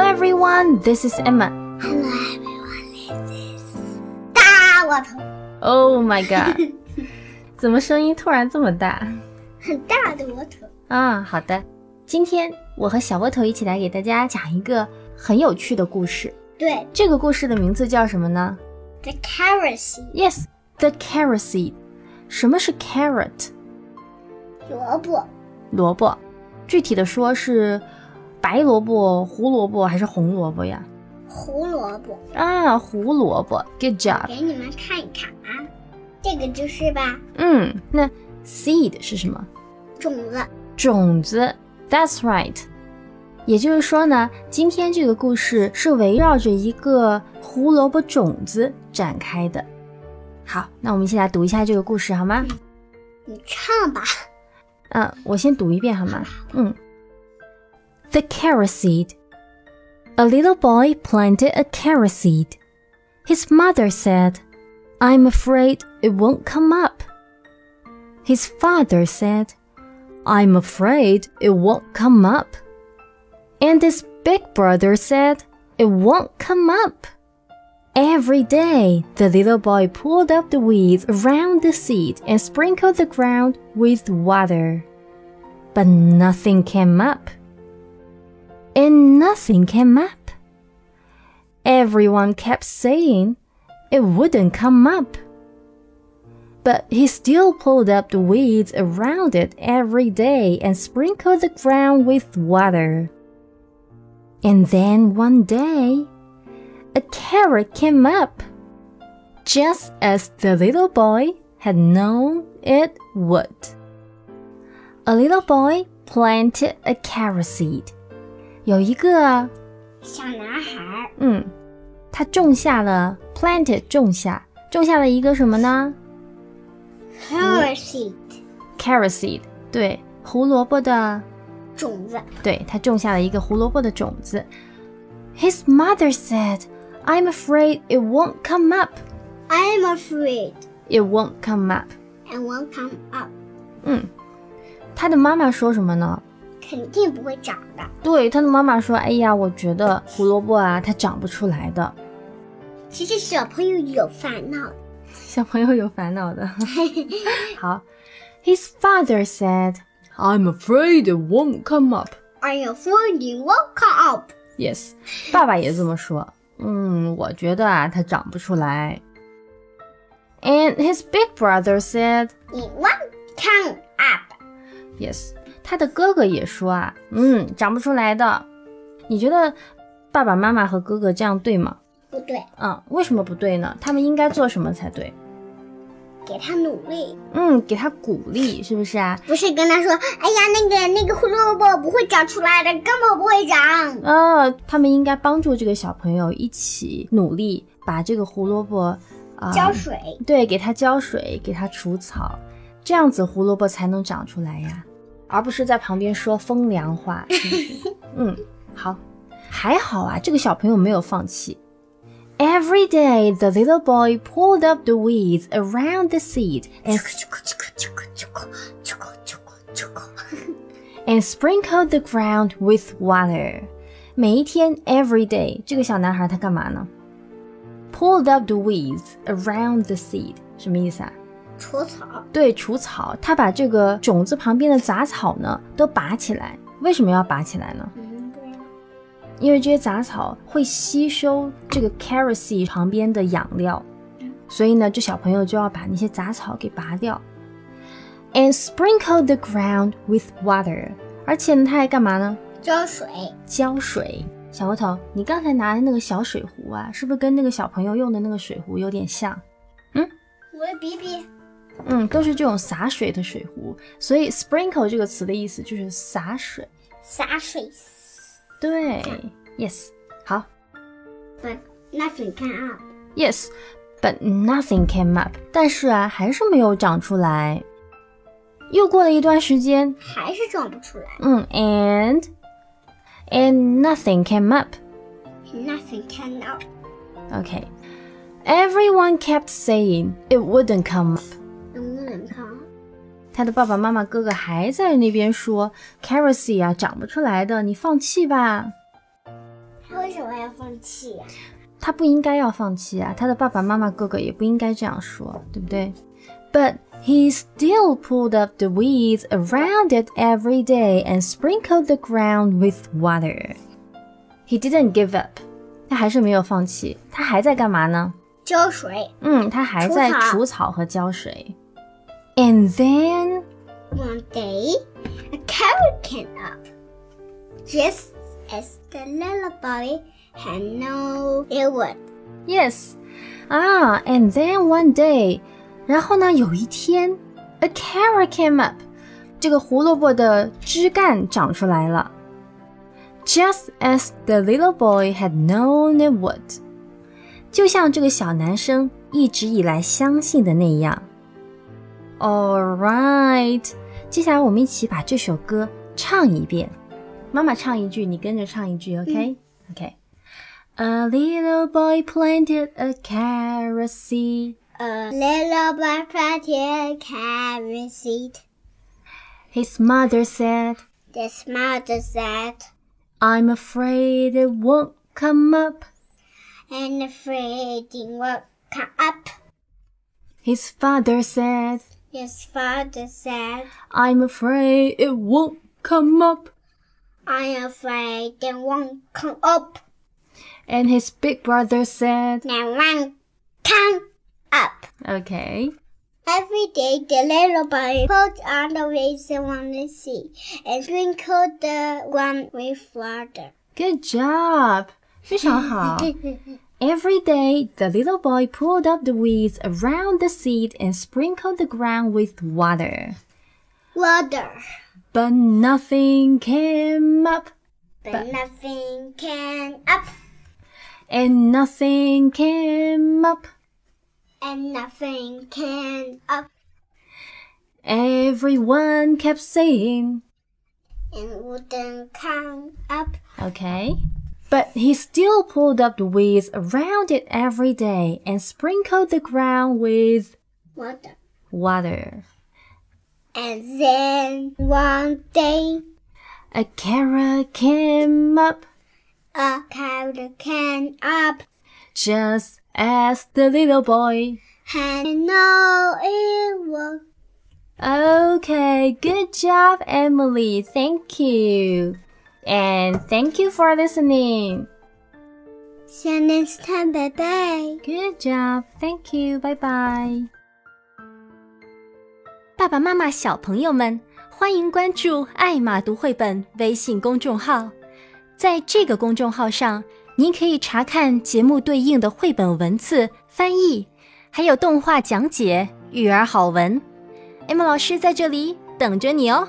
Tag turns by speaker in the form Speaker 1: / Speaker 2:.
Speaker 1: everyone. This is Emma.
Speaker 2: Hello everyone, this is 大我头，
Speaker 1: Oh my god！怎么声音突然这么大？
Speaker 2: 很大的我头。
Speaker 1: 啊，好的。今天我和小窝头一起来给大家讲一个很有趣的故事。
Speaker 2: 对
Speaker 1: 这个故事的名字叫什么呢
Speaker 2: ，the carrot seed，
Speaker 1: ？Yes，the carrot seed。什么是 carrot？
Speaker 2: 萝卜，
Speaker 1: 萝卜，具体的说是白萝卜、胡萝卜还是红萝卜呀？
Speaker 2: 胡萝卜。
Speaker 1: 啊，胡萝卜。Good job。
Speaker 2: 给你们看一看啊，这个就是吧，
Speaker 1: 嗯，那 seed 是什么？
Speaker 2: 种子。
Speaker 1: 种子。That's right。也就是说呢，今天这个故事是围绕着一个胡萝卜种子展开的。好，那我们一起来读一下这个故事好吗？
Speaker 2: 你唱吧，
Speaker 1: 嗯，我先读一遍好吗？嗯。The carrot seed. A little boy planted a carrot seed. His mother said, I'm afraid it won't come up. His father said, I'm afraid it won't come up. And his big brother said, It won't come up. Every day, the little boy pulled up the weeds around the seed and sprinkled the ground with water. But nothing came up. And nothing came up. Everyone kept saying it wouldn't come up. But he still pulled up the weeds around it every day and sprinkled the ground with water. And then one day, a carrot came up, just as the little boy had known it would. A little boy planted a carrot seed. 有一个，
Speaker 2: 小男孩
Speaker 1: 嗯，他种下了 planted 种下种下了一个什么呢
Speaker 2: carrot seed，
Speaker 1: ？carrot seed，对，胡萝卜的
Speaker 2: 种子。
Speaker 1: 对他种下了一个胡萝卜的种子。His mother said, "I'm afraid it won't come up.
Speaker 2: I'm afraid
Speaker 1: It won't come up."
Speaker 2: and won't come up，
Speaker 1: 嗯，他的妈妈说什么呢？
Speaker 2: 肯定不会长的。
Speaker 1: 对，他的妈妈说：“哎呀，我觉得胡萝卜啊，它长不出来的。
Speaker 2: 其实小朋友有烦恼，
Speaker 1: 小朋友有烦恼的。好，His father said, "I'm afraid it won't come up."
Speaker 2: I'm afraid it won't come up。
Speaker 1: Yes，爸爸也这么说。嗯，我觉得啊，它长不出来。And his big brother said,
Speaker 2: It won't come up。
Speaker 1: Yes，他的哥哥也说啊，嗯，长不出来的。你觉得爸爸妈妈和哥哥这样对吗？
Speaker 2: 不对，
Speaker 1: 啊，为什么不对呢？他们应该做什么才对？
Speaker 2: 给他努力，
Speaker 1: 嗯，给他鼓励，是不是啊？
Speaker 2: 不是跟他说，哎呀，那个那个胡萝卜不会长出来的，根本不会长。
Speaker 1: 啊，他们应该帮助这个小朋友一起努力，把这个胡萝卜啊、
Speaker 2: 浇水，
Speaker 1: 对，给它浇水，给它除草，这样子胡萝卜才能长出来呀，而不是在旁边说风凉话。是不是嗯，好，还好啊，这个小朋友没有放弃。Every day, the little boy pulled up the weeds around the seed and
Speaker 2: 啾咕啾咕啾咕啾咕啾咕啾咕啾咕
Speaker 1: and sprinkled the ground with water. 每一天，every day，这个小男孩他干嘛呢？Pulled up the weeds around the seed，什么意思啊？
Speaker 2: 除草，
Speaker 1: 对，除草，他把这个种子旁边的杂草呢都拔起来。为什么要拔起来呢？
Speaker 2: 嗯，对啊，
Speaker 1: 因为这些杂草会吸收这个 carrot seed 旁边的养料，所以呢，这小朋友就要把那些杂草给拔掉。And sprinkle the ground with water，而且呢，他还干嘛呢？
Speaker 2: 浇水，
Speaker 1: 浇水。小窝头，你刚才拿的那个小水壶啊，是不是跟那个小朋友用的那个水壶有点像？
Speaker 2: 我的比比，
Speaker 1: 嗯，都是这种洒水的水壶，所以 sprinkle 这个词的意思就是洒水。
Speaker 2: 洒水，
Speaker 1: 对，yes，好
Speaker 2: 不，那粉看啊，
Speaker 1: ，yes，but nothing came up，但是啊，还是没有长出来。又过了一段时间，
Speaker 2: 还是长不出来。
Speaker 1: 嗯，and and nothing came up。
Speaker 2: 那粉看到，
Speaker 1: OK。Everyone kept saying it wouldn't come up。
Speaker 2: 能不能看？
Speaker 1: 他的爸爸妈妈、哥哥还在那边说 c a r o s y 啊，长不出来的，你放弃吧。
Speaker 2: 他为为什么要放弃呀、
Speaker 1: 他不应该要放弃啊，他的爸爸妈妈、哥哥也不应该这样说，对不对？But he still pulled up the weeds around it every day and sprinkled the ground with water. He didn't give up. 他还是没有放弃，他还在干嘛呢？
Speaker 2: 浇水，
Speaker 1: 嗯，他还在
Speaker 2: 除草
Speaker 1: 除草和浇水。And then
Speaker 2: One day, a carrot came up, just as the little boy had known it would.
Speaker 1: Yes. Ah, and then one day，然后呢，有一天，a carrot came up，这个胡萝卜的枝干长出来了。Just as the little boy had known it would，就像这个小男生一直以来相信的那样。All right，接下来我们一起把这首歌唱一遍。妈妈唱一句，你跟着唱一句，OK？OK、A little boy planted a carrot seed.
Speaker 2: A little boy planted a carrot seed.
Speaker 1: His mother said,
Speaker 2: His mother said,
Speaker 1: I'm afraid it won't come up.
Speaker 2: and afraid it will come up.
Speaker 1: His father said,
Speaker 2: His father said,
Speaker 1: I'm afraid it won't come up.
Speaker 2: I'm afraid it won't come up.
Speaker 1: And his big brother said,
Speaker 2: It won't come up.
Speaker 1: Okay.
Speaker 2: Every day, the little boy pulled on the waves on the sea and sprinkled the ground with water.
Speaker 1: Good job. 非常好。Every day, the little boy pulled up the weeds around the seed and sprinkled the ground with water.
Speaker 2: water,
Speaker 1: But nothing came up.
Speaker 2: but nothing came up,
Speaker 1: and nothing came up.
Speaker 2: and nothing came up,
Speaker 1: Everyone kept saying,
Speaker 2: and wouldn't come up.
Speaker 1: okay. But he still pulled up the weeds around it every day and sprinkled the ground with
Speaker 2: Water.
Speaker 1: water.
Speaker 2: And then one day,
Speaker 1: A carrot came up
Speaker 2: a carrot came up,
Speaker 1: just as the little boy.
Speaker 2: and now it was
Speaker 1: Okay, good job, Emily. Thank you. And thank you for listening.
Speaker 2: See you next time. Bye bye.
Speaker 1: Good job, thank you, bye bye. 爸爸妈妈、小朋友们，欢迎关注“爱马读绘本”微信公众号。在这个公众号上，您可以查看节目对应的绘本文字翻译，还有动画讲解、育儿好文。Emma 老师在这里等着你哦。